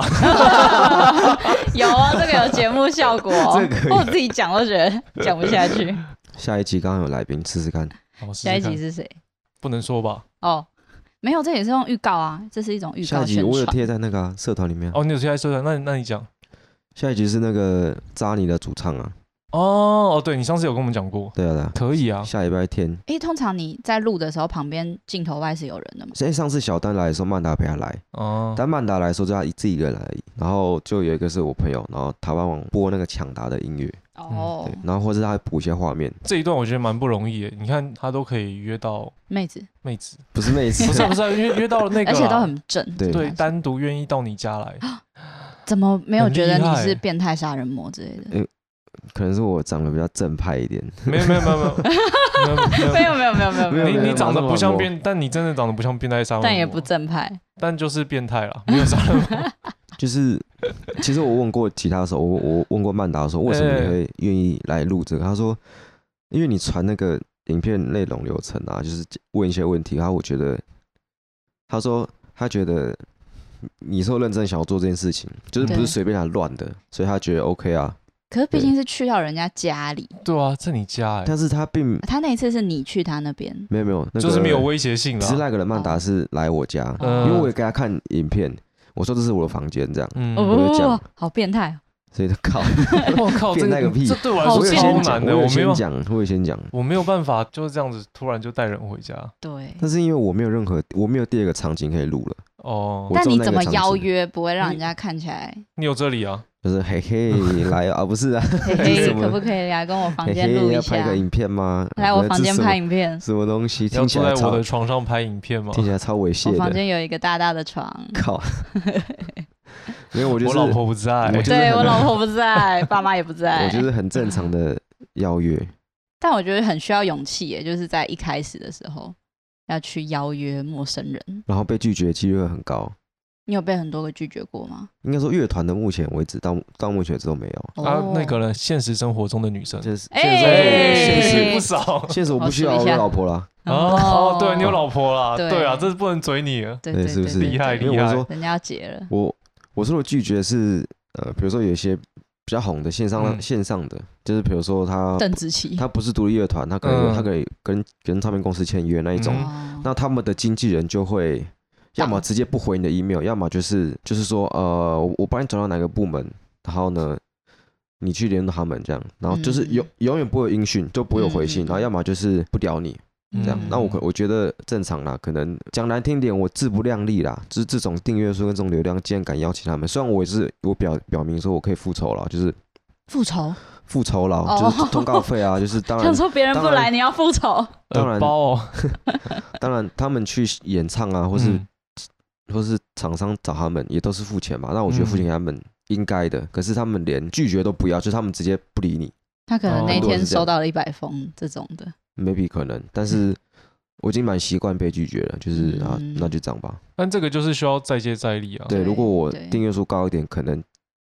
B: 有哦，这个有节目效果、哦
C: 这个可以
B: 我自己讲都觉得讲不下 去。
C: 下一集刚刚有来宾，试试看。
A: 好试试
B: 下一集
A: 看
B: 是谁？
A: 不能说吧？
B: 哦，没有，这也是用预告啊，这是一种预
C: 下
B: 告
C: 一集
B: 宣
C: 我有
B: 传。
C: 贴在那个、啊、社团里面啊、
A: 哦，你有现在说的，那那你讲。
C: 下一集是那个扎尼的主唱啊，
A: 哦哦，对你上次有跟我们讲过，
C: 对啊对啊，
A: 可以啊，
C: 下礼拜天。
B: 诶，通常你在录的时候，旁边镜头外是有人的嘛？
C: 所以上次小丹来的时候，曼达陪他来，
A: 哦，
C: 但曼达来的时候就他一自己一个人来而已。然后就有一个是我朋友，然后他帮忙播那个抢答的音乐，
B: 哦，
C: 嗯对，然后或者他会补一些画面，
A: 这一段我觉得蛮不容易耶，你看他都可以约到
B: 妹子，
A: 妹 子，
C: 不是每次
A: 不，是啊不是啊约约到那个
B: 而
A: 啦，
B: 且都很正。
C: 对
B: 啊
A: 对，单独愿意到你家来，
B: 怎么没有
A: 很
B: 觉得
A: 厉
B: 你
A: 害
B: 是变态杀人魔之类的？
C: 可能是我长得比较正派一点，
A: 没有没有没有 没有没有没
B: 没有没有没有没有没有，
C: 没有
A: 你你长得不像
C: 没有
A: 变，但你真的长得不像变态杀人魔，
B: 但也不正派。
A: 但就是变态了，没有杀人魔。
C: 就是其实我问过吉他手，我我问过曼达
A: 嗯
C: 说，为什么你会愿意来录这个？他说，因为你传那个影片内容流程啊，就是问一些问题，然后我觉得，他说他觉得你是有认真想要做这件事情，就是不是
B: 对
C: 随便他乱的，所以他觉得 OK 啊。
B: 可是毕竟是去到人家家里，
A: 对啊，在你家哎，
C: 但是他并
B: 他那一次是你去他那边，
C: 没有没有，那个
A: 就是没有威胁性
C: 只是
A: 啦。
C: 那个人曼达是来我家，
A: 嗯
C: 因为我也给他看影片，我说这是我的房间这样，
A: 嗯，
C: 我就
B: 哦
C: 讲，
B: 好变态哦。
C: 所以他靠，
A: 我靠，这
C: 变态个屁
A: 这对我来说
C: 我有
B: 好
A: 超
C: 先
B: 贱
A: 难
C: 讲，
A: 的，
C: 我
A: 我
C: 有
A: 没
C: 先
A: 有
C: 讲，我有先讲。
A: 我没有办法就是这样子突然就带人回家
B: 对，
C: 但是因为我没有任何，我没有第二个场景可以录了，
A: 哦
C: 我。
B: 但
C: 知道
B: 你
C: 那
B: 怎
C: 个
B: 么
C: 场
B: 邀
C: 景
B: 约不会让人
A: 你
B: 家看起来？
A: 你有这里啊？
C: 就是嘿 嘿来啊，不是啊，
B: 嘿
C: 这是
B: 嘿，
C: 什么
B: 可不可以来跟我房
C: 嘿
B: 间
C: 嘿
B: 录一
C: 要
B: 下
C: 拍？个影片吗？
B: 来我房间拍
C: 片，
B: 影片。
C: 什么东西？
A: 你要
C: 听起
A: 坐
C: 来
A: 在我
C: 超
A: 的床上拍影片吗？
C: 听起来超猥
B: 我
C: 亵
B: 房
C: 的，
B: 间有一个大大的 床，
C: 靠！没有，我就是
A: 我老婆不在，
C: 我就是
B: 对
C: 很
B: 我老婆不在，爸妈也不在
C: 我。就是很正常的邀约，
B: 但我觉得很需要勇气耶，就是在一开始的时候要去邀约陌生人。
C: 然后被拒绝几率会很高。
B: 你有被很多个拒绝过吗？
C: 应该说乐团的目前为止到到目前为止都没有，
A: 啊
B: 哦，，
A: 那个人现实生活中的女生，
C: 就是
B: 哎
C: 现
A: 现实
C: 实现
A: 不
C: 实
A: 少
C: 现实我不需要
B: 好数一
C: 我
B: 下
C: 有老婆啦，
A: 哦，对你有老婆啦，
B: 对
A: 对啊，这是不能嘴你了。
B: 对
C: 对
B: 对
C: 是不是
B: 对对
A: 厉害
C: 因
A: 厉
C: 为
A: 害
C: 我说
B: 人家要结了，
C: 我我说的拒绝是呃，比如说有一些比较红的线上
A: 嗯
C: 线上的，就是比如说他
B: 邓紫棋
C: 他不是独立乐团，他可能有、
A: 嗯
C: 他可以跟跟唱片公司签约那一种，
A: 嗯
B: 哦
C: 那他们的经纪人就会要么
B: 挡
C: 直接不回你的 email，要么就是就是说呃，我我帮你转到哪个部门，然后呢。你去联络他们这样，然后就是永、永远不会有音讯，就不会有回信，
B: 嗯
C: 然后要么就是不屌你
A: 嗯
C: 这样。那我可我觉得正常啦，可能讲难听点，我自不量力啦，就是这种订阅数跟这种流量，竟然敢邀请他们，虽然我也是我表表明说我可以复仇了，就是
B: 复仇，
C: 复仇了，
B: 哦
C: 就是通告费啊，就 是当然
B: 想说别人不
C: 当然
B: 来，你要复仇，
C: 当然
A: 耳包哦，
C: 当然，他们去演唱啊，或是、
A: 嗯
C: 或是厂商找他们，也都是付钱嘛。那我觉得
A: 嗯
C: 付钱给他们应该的，可是他们连拒绝都不要，就是他们直接不理你
B: 他可能
A: 哦
B: 那
A: 很多
B: 天
C: 是这样
B: 收到了一百封这种的，
C: ，maybe 可能，但
A: 嗯
C: 是我已经蛮习惯被拒绝了，就是、啊
B: 嗯，
C: 那就这样吧。
A: 但这个就是需要再接再厉啊。
C: 对，
B: 对
C: 如果我
B: 对
C: 订阅数高一点，可能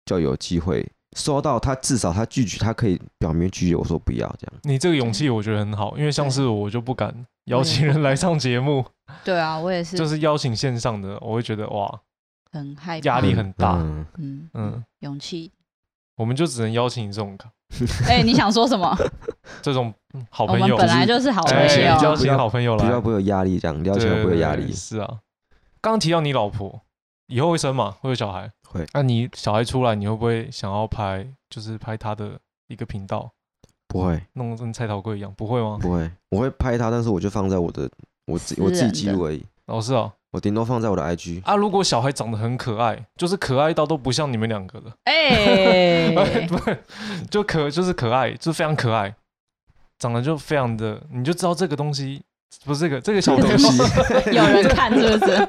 C: 就有机会收到他，至少他拒绝，他可以表明拒绝，我说不要这样。
A: 你这个勇气我觉得很好，因为像是我就不敢邀请
B: 我也不
A: 人
B: 敢
A: 来上节目，
B: 对啊，我也
A: 就是是邀请线上的，我会觉得哇，
B: 很害怕，
A: 压力很大
C: 嗯
B: 嗯嗯
A: 嗯，，
B: 勇气。
A: 我们就只能邀请这种
B: 哎，你想说什么？
A: 这种嗯好
B: 我
A: 朋
B: 们
A: 友，
B: 本来就是好
A: 哎
B: 朋友
A: 邀
B: 啊，
A: 请好朋友
C: 比
A: 来，
C: 较不会有压力，这样聊起
A: 对
C: 来不会有压
A: 对对
C: 力。
A: 是啊，刚刚提到你老婆以后会生嘛，会有小孩，
C: 会
A: 那你小孩出来，你会不会想要拍，就是拍他的一个频道，
C: 不会？
A: 弄得跟菜桃龟一样，不会吗？
C: 不会，我会拍他，但是我就放在我的我自
B: 私
C: 我自己
B: 人
C: 记
B: 的
C: 录而已，
A: 老师哦，
C: 我顶多放在我的 IG。
A: 啊，如果小孩长得很可爱，就是可爱到都不像你们两个的， ，
B: 哎
A: 不是，就可就是可爱，就是非常可爱，长得就非常的，你就知道这个东西不是这个这个小
C: 这个
A: 朋友
C: 东西
B: 有人看是不是？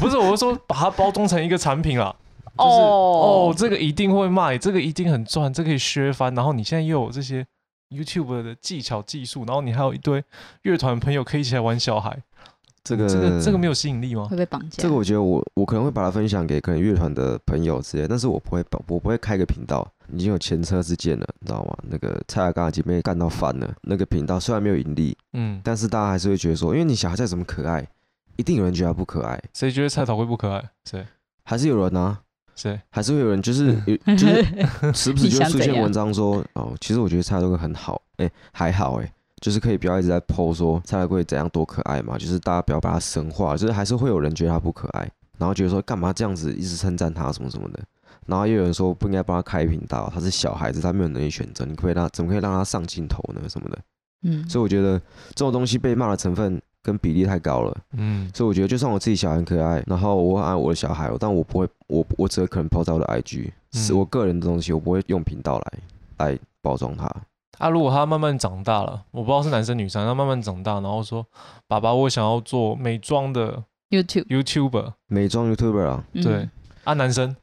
A: 不是，我是说把它包装成一个产品啦。就是哦，
B: 哦，
A: 这个一定会卖，这个一定很赚，这个可以削翻。然后你现在又有这些 YouTube 的技巧技术，然后你还有一堆乐团朋友可以一起来玩小孩，
C: 这个
A: 这个这个没
C: 有，
A: 有吸引力吗？
B: 会被绑架。
C: 这个我觉得我我可能会把它分享给可能乐团的朋友之类，但是我不会把我不会开个频道，已经有前车之鉴了，你知道吗？那个蔡雅刚姐妹干到翻了，那个频道虽然没有盈利，
A: 嗯，
C: 但是大家还是会觉得说，因为你小孩再怎么可爱，一定有人觉得他不可爱，
A: 谁觉得菜桃会不可爱？谁
C: 还是有人啊，
A: 谁？
C: 还是会有人就是有就是时不时
B: 你
C: 就会
B: 想
C: 出
B: 怎
C: 现
B: 样
C: 文章说，哦，其实我觉得蔡德贵很好，哎、还好哎、就是可以不要一直在 PO 说蔡德贵怎样多可爱嘛，就是大家不要把他神化，就是还是会有人觉得他不可爱，然后觉得说干嘛这样子一直称赞他什么什么的，然后又有人说不应该帮他开频道，他是小孩子，他没有能力选择，你可不可以让怎么可以让他上镜头呢什么的，
B: 嗯，
C: 所以我觉得这种东西被骂的成分跟比例太高了。
A: 嗯，
C: 所以我觉得，就算我自己小孩很可爱，然后我很爱我的小孩，但我不会，我我只会可能抛在我的 IG，、
A: 嗯
C: 是我个人的东西，我不会用频道来来包装它。
A: 啊，如果他慢慢长大了，我不知道是男生女生，他慢慢长大，然后说：“爸爸，我想要做美妆的
B: YouTube
A: YouTuber。
C: 美妆 YouTuber 啊，
B: 嗯
A: 对”啊，男生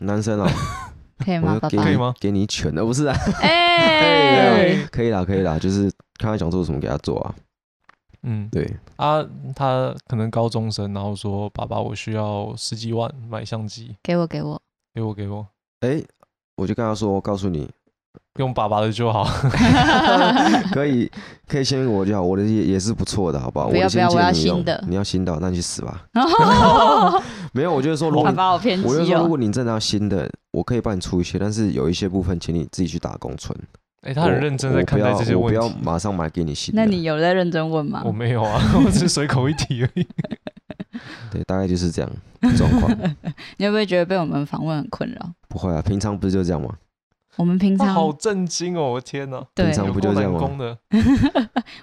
C: 男生啊，
B: 可以吗
C: 我，
B: 爸
C: 就给
B: 爸
A: 可？以
C: 你
A: 吗
C: 给你犬的，不是啊，
B: 哎、
A: 对
C: 可以啦，可以啦，就是看他想做什么给他做啊。
A: 嗯，
C: 对，
A: 啊，他可能高中生，然后说爸爸，我需要十几万买相机，
B: 给我给我，
A: 给我给 我，
C: 哎，我就跟他说，告诉你，
A: 用爸爸的就好。
C: 可以， 可以先我就好，我的也也是不错的，好不好？
B: 不要
C: 我的
B: 不
C: 先
B: 要我
C: 借
B: 要
C: 你用
B: 新的
C: 你要新的，那你去死吧。
B: 爸
C: 没有，我就是说，如果你
B: 爸我偏
C: 我就
B: 激
C: 说，如
B: 哦，
C: 果你真的要新的，我可以帮你出一些，但是有一些部分，请你自己去打工存。
A: 哎、他很
C: 我
A: 认真在看待这些
C: 我
A: 问题。
C: 不要，我不要马上买给你新的。
B: 那你有在认真问吗
A: 我？没有啊，我只是随口一提而 已。
C: 对，大概就是这样 状况。
B: 你会不会觉得被我们访问很困扰？
C: 不会啊，平常不是就这样吗？
B: 我们平
A: 他
B: 常
A: 好震惊哦！我的天哪，
B: 对
C: 平，常
A: 有
C: 不就
A: 够
C: 是这
A: 难
C: 样吗
A: 攻？的。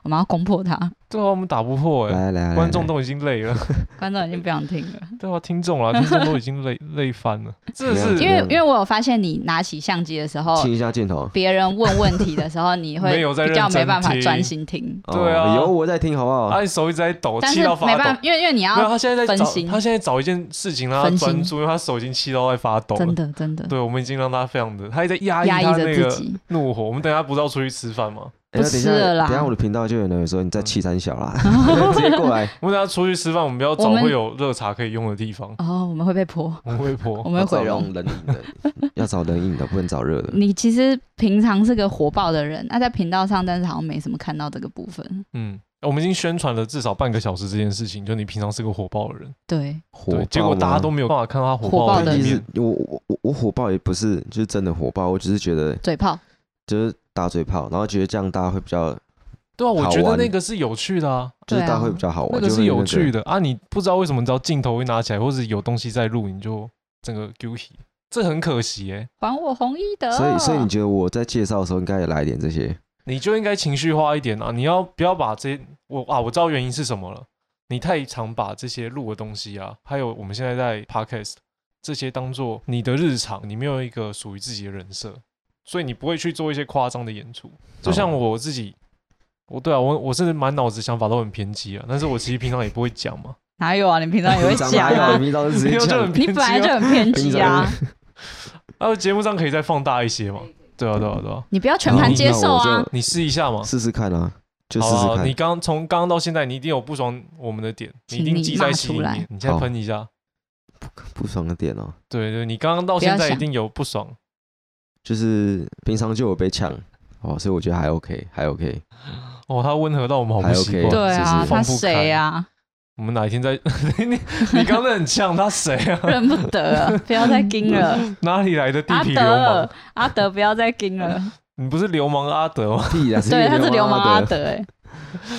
B: 我们要攻破它，
A: 对啊，我们打不破哎、
C: 来来来来，
A: 观众
C: 来
A: 都已经累了，
B: 观众已经不想听了。
A: 对啊，听众啊，听众都已经累累翻了，这
C: 没有
A: 是
B: 因为
C: 嗯
B: 因为我有发现，你拿起相机的时
A: 哦
B: 候，
C: 亲一下镜头。
B: 别人问问题的时候，你会
A: 没有在
B: 比较
A: 认真
B: 没办法
A: 听
B: 专心听，
C: 哦
A: 对啊哎
C: 有我在听，好不
A: 他
C: 好？
A: 手一直在抖，
B: 但
A: 气
B: 是
A: 到发
B: 没办
A: 抖
B: 法，。因为因为你
A: 没有，
B: 要
A: 他现在在找
B: 分，心
A: 他现在找一件事情让
B: 分
A: 他
B: 心
A: 专注，因为他手已经气到在发抖了
B: 真。的真的
A: 对，我们已经让他非常的，他也在压抑
B: 嗯压抑
A: 他那
B: 着自
A: 个
B: 己，
A: 怒火。我们等一下不是要出去吃饭吗？
C: 哎那
B: 不
C: 等一
B: 是
C: 下，
B: 了啦
C: 等一下我的频道就有人说你在气三 小啦，直接过来。
A: 我们等一下出去吃饭，我们要找
B: 我们
A: 会有热茶可以用的地 方。
B: 哦，我们会被泼，
A: 我们会泼
B: 我，们
C: 要
B: 会嗯
C: 找
B: 毁容。
C: 冷饮的，要找冷饮的，不能找热的。
B: 你其实平常是个火爆的人，那、在频道上，但是好像没什么看到这个部分。
A: 嗯，我们已经宣传了至少半个小时这件事情，就你平常是个火爆的人，
B: 对，
C: 火
A: 对，结果
C: 爆
A: 大
C: 吗
A: 家都没有办法看到他火
B: 火
A: 爆
B: 爆
A: 的
B: 的
A: 一
C: 其
B: 人
A: 面
C: 实。我我我我火爆也不是就是真的火爆，我只是觉得
B: 嘴炮，
C: 就是打嘴炮，然后觉得这样大家会比较，
A: 对啊，我
C: 好
A: 觉得
C: 玩
A: 那个是有趣的啊，
C: 就是
B: 对啊
C: 大家会比较好玩，
A: 那个
C: 就是会
A: 有趣
C: 的。
A: 的啊。你不知道为什么，只要镜头一拿起来，或者有东西在录，你就整个 guilty，这很可惜哎、
B: 还我红衣的。
C: 所以所以你觉得我在介绍的时候应该也来一点这些？
A: 你就应该情绪化一点啊！你要不要把这我啊？我知道原因是什么了。你太常把这些录的东西啊，还有我们现在在 podcast 这些当做你的日常，你没有一个属于自己的人设，所以你不会去做一些夸张的演出。就像
C: 哦
A: 我自己，我对啊，我我是满脑子想法都很偏激啊，但是我其实平常也不会讲 嘛，
B: 哪有啊？你平常也会
C: 平常
B: 讲
C: 哪有
B: 啊，
C: 你倒是直接
A: 没有就
C: 讲
A: 很
B: 你
A: 偏
B: 本
A: 激啊
B: 来就很偏激啊，
A: 然后啊节目上可以再放大一些嘛。对啊，对啊，对啊，
B: 你不要全盘接受
C: 那我
B: 啊
C: 就。
A: 你试一下嘛。
C: 试试看啊，就试
A: 好
C: 试
A: 啊，你
C: 看。
A: 刚从刚刚到现在，你一定有不爽我们的点，你一
B: 请
A: 定
B: 你
A: 记在
B: 骂
A: 心里
B: 出来
A: 面。你现在
C: 好
A: 喷一下。
C: 不爽的点哦，
A: 对对，你刚刚到
B: 不要
A: 现在一
B: 想
A: 定有不爽，
C: 就是平常就有被呛哦，所以我觉得还 OK，还 OK。
A: 哦，他温和到我们好不
C: 还
A: 习
C: OK
A: 惯。
B: 对啊
C: 是，是
B: 他
A: 放不开
B: 谁啊？
A: 我们哪一天再你你你刚刚那很呛，他谁 啊？
B: 认不得了，不要再盯了。
A: 哪里来的地
B: 阿
A: 痞流氓
B: 德？，阿德不要再盯了。
A: 你不是流氓阿德吗？
C: 屁啦，
B: 对，他是流氓阿
C: 的，
B: 德，哎，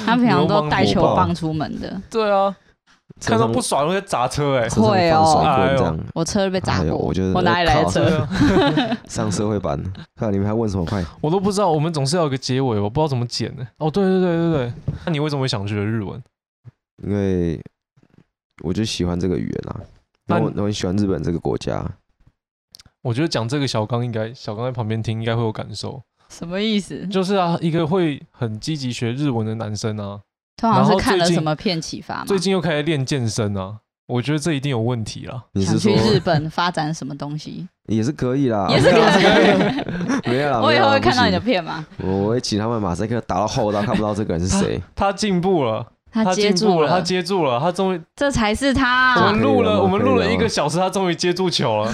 B: 他平常都带球棒出门的。
A: 对啊，看到不
C: 手
A: 爽就在砸车哎、
C: 上
B: 会
C: 放
B: 哦
C: 甩
A: 哎
C: 棍
A: 呦
C: 这样，
B: 我车被砸
C: 哎呦
B: 过，
C: 我觉得
B: 哪里来的
C: 靠
A: 对
B: 车？
A: 啊，
C: 上社会版。看你们还问什么快？
A: 我都不知道，我们总是要有个结尾，我不知道怎么剪呢、哦，对对对对对，那你为什么会想学日文？
C: 因为我就喜欢这个语言啊，
A: 那
C: 然
A: 你
C: 后我很喜欢日本这个国家。
A: 我觉得讲这个小刚应该，小刚在旁边听应该会有感受，
B: 什么意思？
A: 就是啊，一个会很积极学日文的男生啊，
B: 通常
A: 然
B: 是
A: 后
B: 看
A: 最
B: 了
A: 近
B: 什么片启发嘛？
A: 最近又开始练健身啊，我觉得这一定有问题啦。
C: 你
B: 想
C: 是
B: 去
C: 说
B: 日本发展什么东西？
C: 也是可以啦，
B: 也是可 以。
C: 啊 没有啦。啊
B: 我以后会看到你的
C: 的，
B: 片吗？
C: 我我会请他们马赛克打到后，让看不到这个人是谁。
B: 哦
A: 他进步了，
B: 他接
A: 进
B: 住
A: 步了，他
B: 了，啊
A: 接住了，他终于
B: 这才是
A: 我
B: 他
A: 们。录
C: 可以
A: 了，
C: 了
A: 我们
C: 可以
A: 录了
C: 了
A: 一个小时，他终于接住球 了。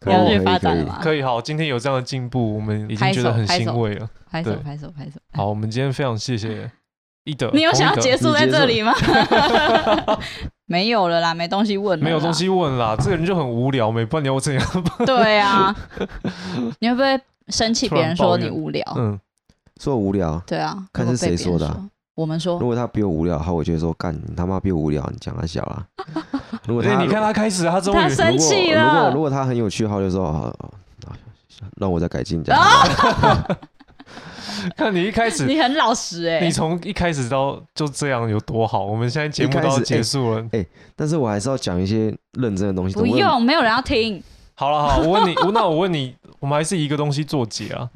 C: 可以
B: 要去
C: 可以
B: 发展
C: 可
B: 了
C: 以
B: 嘛？
A: 可以，好，今天有这样的进步，我们已经
B: 拍
A: 觉得
B: 手
A: 很
B: 拍
A: 欣
B: 手
A: 慰了。
B: 拍手
A: 对
B: 拍手拍手！
A: 好，我们今天非常谢谢一德，
B: 你有想要
A: 洪一德
B: 结束在
C: 你结束
B: 这里吗？没有了啦，没东西问了。
A: 没有东。西问啦，这个人就很无聊，没办法你要我怎样？
B: 对啊，你会不会生气
A: 突
B: 别
A: 然
B: 人
A: 抱
B: 说你
A: 怨
B: 无聊？
A: 嗯，
C: 说我无聊，
B: 对啊，
C: 看
B: 如果
C: 是
B: 被
C: 谁
B: 别
C: 说
B: 人
C: 的啊
B: 我们
C: 如
B: 说，
C: 果他比我无聊的话，我就会说干你他妈比我无聊，你讲他小 啦。如果
A: 哎，
C: 他
A: 你看他开始，他终
B: 他
A: 于
B: 生气
C: 如果
B: 了
C: 如。果他很有趣的话，我就说啊，哦哦让我再改进这样。
B: 啊
A: 看你一开始，
B: 你很老实哎、
A: 你从一开始到就这样有多好。我们现在节
C: 一
A: 目
C: 开
A: 都要
C: 始
A: 结
C: 哎
A: 束了，
C: 但是我还是要讲一些认真的东西。
B: 不
C: 总不能
B: 用，没有人要听。
A: 好了， 好，我问你，我那我问你，我们还是以一个东西做结啊，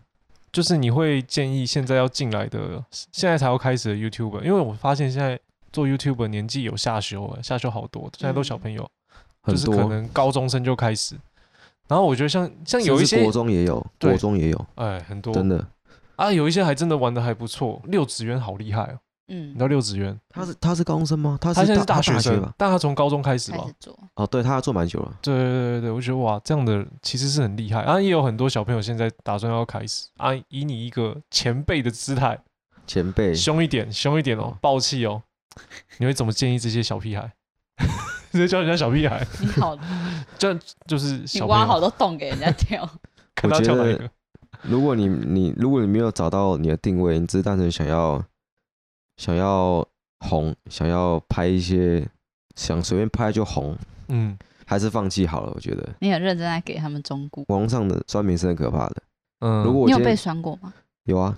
A: 就是你会建议现在要进来的，现在才要开始的 YouTuber，因为我发现现在做 YouTuber 年纪有下修、欸，下修好多，现在都小朋友。
C: 嗯很
A: 就是可
C: 多，
A: 能高中生就开始。然后我觉得像像有一
C: 甚至
A: 些
C: 国，中也有，
A: 对
C: 国中也有，
A: 哎，很多
C: 真的。
A: 啊，有一些还真的玩的还不错。六子渊好厉害哦，你
B: 嗯
A: 知，道六子渊，
C: 他是他是高中生吗？他
A: 他现在
C: 是
A: 是大
C: 学
A: 学生
C: 吧？，
A: 但他从高中开始
B: 开
A: 吧
B: 始。做，
C: 哦，对，他做蛮久了。
A: 对对对对对，我觉得哇，这样的其实是很厉害啊，也有很多小朋友现在打算要开始啊，以你一个前辈的姿态，
C: 前辈，
A: 凶一点，凶一点哦
C: 哦，
A: 暴气哦，你会怎么建议这些小屁孩？ 直接叫人家小屁孩，
B: 你 好，
A: 这样就是
B: 你
A: 小朋
B: 挖好
A: 友，
B: 多洞给人家 跳，
A: 看他跳哪一个。
C: 如果你你如果你没有找到你的定位，你只是单纯想要想要红，想要拍一些想随便拍就红，
A: 嗯，
C: 还是放弃好了。我觉得
B: 你很认真在给他们中顾。
C: 网络上的酸民是很可怕的。
A: 嗯，
C: 如果我
B: 你有
C: 今
B: 被
C: 天
B: 酸过吗？
C: 有啊，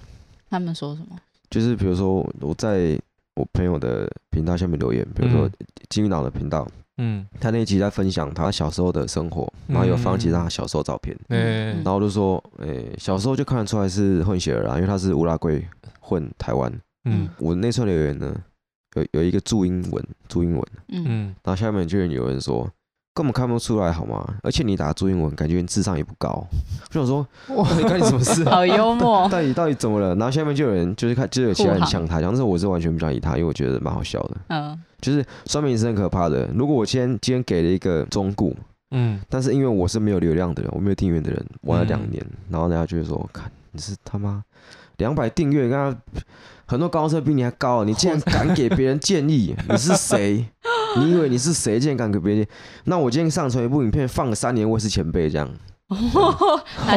B: 他们说什么？
C: 就是比如说我在我朋友的频道下面留言，比如说
A: 嗯
C: 金鱼脑的频道，
A: 嗯，
C: 他那一集在分享他小时候的生活，然后有放几张他小时候照片，
A: 嗯
C: 然后我就说，诶、小时候就看得出来是混血儿啊，因为他是乌拉圭混台湾。
A: 嗯
C: 我那串留言呢，有有一个注英文，注英文，
B: 嗯，
A: 嗯
C: 然后下面就有人说。根本看不出来好吗？而且你打注英文，感觉你智商也不高。我想说，
A: 哇
C: 哇，你干你什么事、啊？
B: 好幽 默，
C: 到底到底怎么了？然后下面就有人就是看，就有其他人
B: 护航
C: 呛他，然后这我是完全不想理他，因为我觉得蛮好笑的。
B: 嗯，
C: 就是酸民是很可怕的。如果我今天今天给了一个中顾，
A: 嗯，
C: 但是因为我是没有流量的人，我没有订阅的人，玩了两
A: 嗯
C: 年，然后大家就会说：“看你是他妈两百订阅，跟他很多高中生比你还高啊，你竟然敢给别人建议，你是谁？你以为你是谁？竟然敢给别人建议？那我今天上传一部影片，放了三年，我也是前辈这样。
B: 他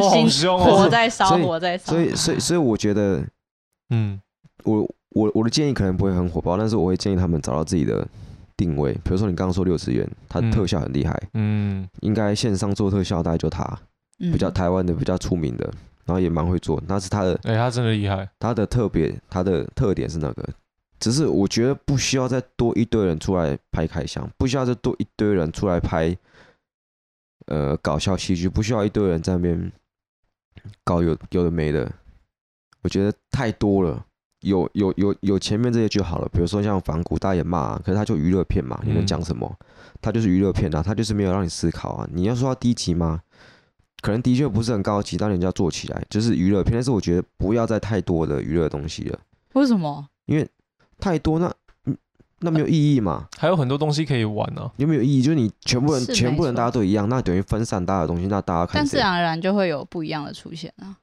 A: 好
B: 心
A: 凶
B: 火
A: 哦，
B: 在烧，
C: 所以
B: 火在烧
A: 啊
C: 所，以，所以，所以我觉得
A: 嗯
C: 我我我的建议可能不会很火爆，但是我会建议他们找到自己的定位。比如说你刚刚说六十元，他
A: 嗯
C: 特效很厉害，
A: 嗯
C: 应该线上做特效大概就他。
B: 比
C: 比较台湾的比较出名的，然后也蛮会做，那是他的
A: 哎，他真的厉害，
C: 他的特别，他的特点是那个。只是我觉得不需要再多一堆人出来拍开箱，不需要再多一堆人出来拍，呃，搞笑戏剧，不需要一堆人在那边搞有有的没的，我觉得太多了。有有有有前面这些就好了，比如说像反骨大家也骂、啊，可是他就娱乐片嘛，你能
A: 嗯
C: 讲什么？他就是娱乐片啊，他就是没有让你思考啊。你要说他低级吗？可能的确不是很高级，但人家做起来就是娱乐片。但是我觉得不要再太多的娱乐东西了，
B: 为什么？
C: 太多那嗯那没有意义嘛？
A: 还有很多东西可以玩啊呢。
C: 有没有意义？就是你全部人
B: 是
C: 全部人
B: 没错
C: 大家都一样，那等于分散大家的东西，那大家看
B: 但啊自
C: 谁？
B: 然而然就会有不一样的出现啊。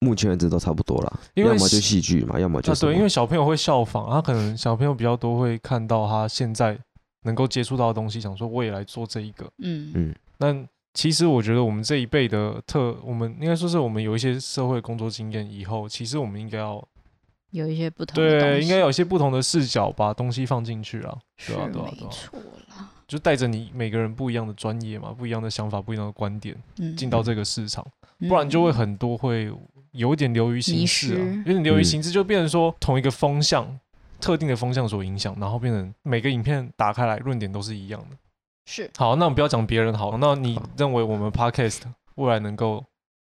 C: 目前为止都差不多啦，
A: 因为
C: 要么就是戏剧嘛，要么就
A: 啊，
C: 是、
A: 对，因为小朋友会效仿，他可能小朋友比较多会看到他现在能够接触到的东西，想说我也来做这一个。
B: 嗯
C: 嗯
A: 但其实我觉得我们这一辈的特，我们应该说是我们有一些社会工作经验以后，其实我们应该要
B: 有一些不同的
A: 对，
B: 东西
A: 应该有一些不同的视角把东西放进去了，
B: 是
A: 对啊对啊对
B: 没
A: 啊
B: 错啦。
A: 就带着你每个人不一样的专业嘛，不一样的想法，不一样的观点
B: 嗯，
A: 进到这个市场，
B: 嗯，
A: 不然就会很多会有一点流于形式啊
B: 迷失，
A: 有点流于
C: 嗯
A: 形式，就变成说同一个风向。特定的风向所影响，然后变成每个影片打开来论点都是一样的。
B: 是
A: 好，那我们不要讲别人好，那你
C: 好
A: 认为我们 podcast 未来能够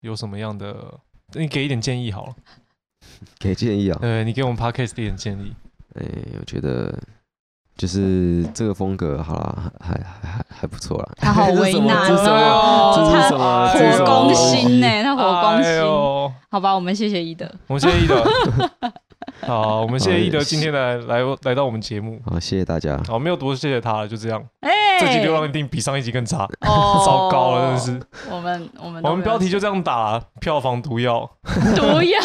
A: 有什么样的？你给一点建议好了，
C: 给建议啊。
A: 呃，你给我们 podcast 一点建议。
C: 哎、我觉得就是这个风格，好啦，还还还还不错啦。
B: 他好
C: 这是
B: 为
C: 什么
B: 难
C: 这是什么？
B: 哦，
C: 这是
B: 他
C: 什么
A: 他
C: 这是
B: 火
C: 什么
B: 攻
C: 东
B: 心
C: 西
B: 呢，他火攻
A: 哎
B: 心。
A: 呦，
B: 好吧，我们谢谢一德，
A: 我谢谢一 德。好，我们谢谢一德今天来来来到我们节目。
C: 好，谢谢大家。
A: 好，没有多谢谢他了，就这样。
B: 哎，
A: 这集流量一定比上一集更差，
B: 哦，
A: 糟糕了，真的是。
B: 是。我们我们都
A: 我们
B: 没有
A: 标题就这样打：票房毒药，
B: 毒药，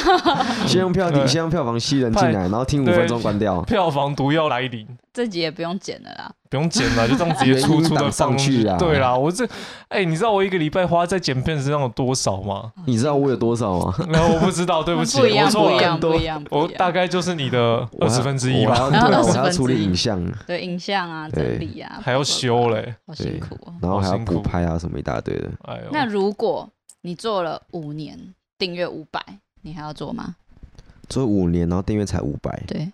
C: 先用票底，
A: 对
C: 先用票房吸人进来，然后听五
A: 对
C: 分钟关掉，
A: 票房毒药来临。
B: 这集也不用剪了啦。
A: 不用剪了，就这样直接粗粗的放啊
C: 原音档上去啦
A: 对啦，我这，哎、你知道我一个礼拜花在剪片身上有多少 吗？
C: 你知道我有多少吗？
A: 然后我不知道，对
B: 我
A: 不
B: 们
A: 起，
B: 一样，
A: 我错
B: 不一
A: 了。
B: 样，不一样，不
A: 我
B: 一
A: 大
B: 样。
A: 概就是你的
C: 我
A: 二
C: 还
A: 十分之一吧，
C: 我还要对
B: 20
C: 啊，我还要
B: 分之一
C: 处理影像，
B: 对影像啊，
C: 对
B: 整理啊，
A: 还要修嘞。
B: 好辛苦哦。
C: 然后还
A: 好
C: 要
A: 辛苦
C: 补拍啊，什么一大堆的。
A: 哎呦，
B: 那如果你做了五年，订阅五百，你还要做吗？
C: 做五年，然后订阅才五百，
B: 对，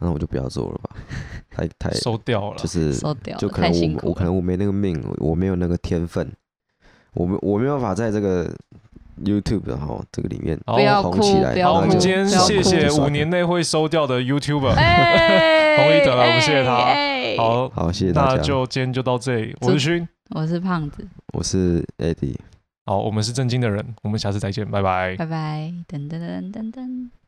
C: 那我就不要做了吧，太太
A: 收掉了，
C: 就是
B: 收掉
C: 就
B: 了，
C: 可
B: 太
C: 能
B: 辛
C: 我
B: 苦
C: 我可
B: 了。
C: 能我没那个命，我没有那个天分，我没我没有办法在这个 YouTube 然后这个里面
A: 好
B: 不要
C: 红
B: 哭
C: 起来。
B: 不要
A: 好，我
B: 哭
A: 们今天
B: 不要哭
A: 谢谢
C: 就算了
A: 五年内会收掉的 YouTuber。
B: 哎，
A: 同意得了我们谢谢他
B: 哎，
A: 好，
C: 好，谢谢大
A: 那
C: 家。
A: 就今天就到这里，我是勋，
B: 我是胖子，
C: 我是 Eddie。
A: 好，我们是正经的人，我们下次再见，拜拜。
B: 拜拜，噔噔噔噔噔。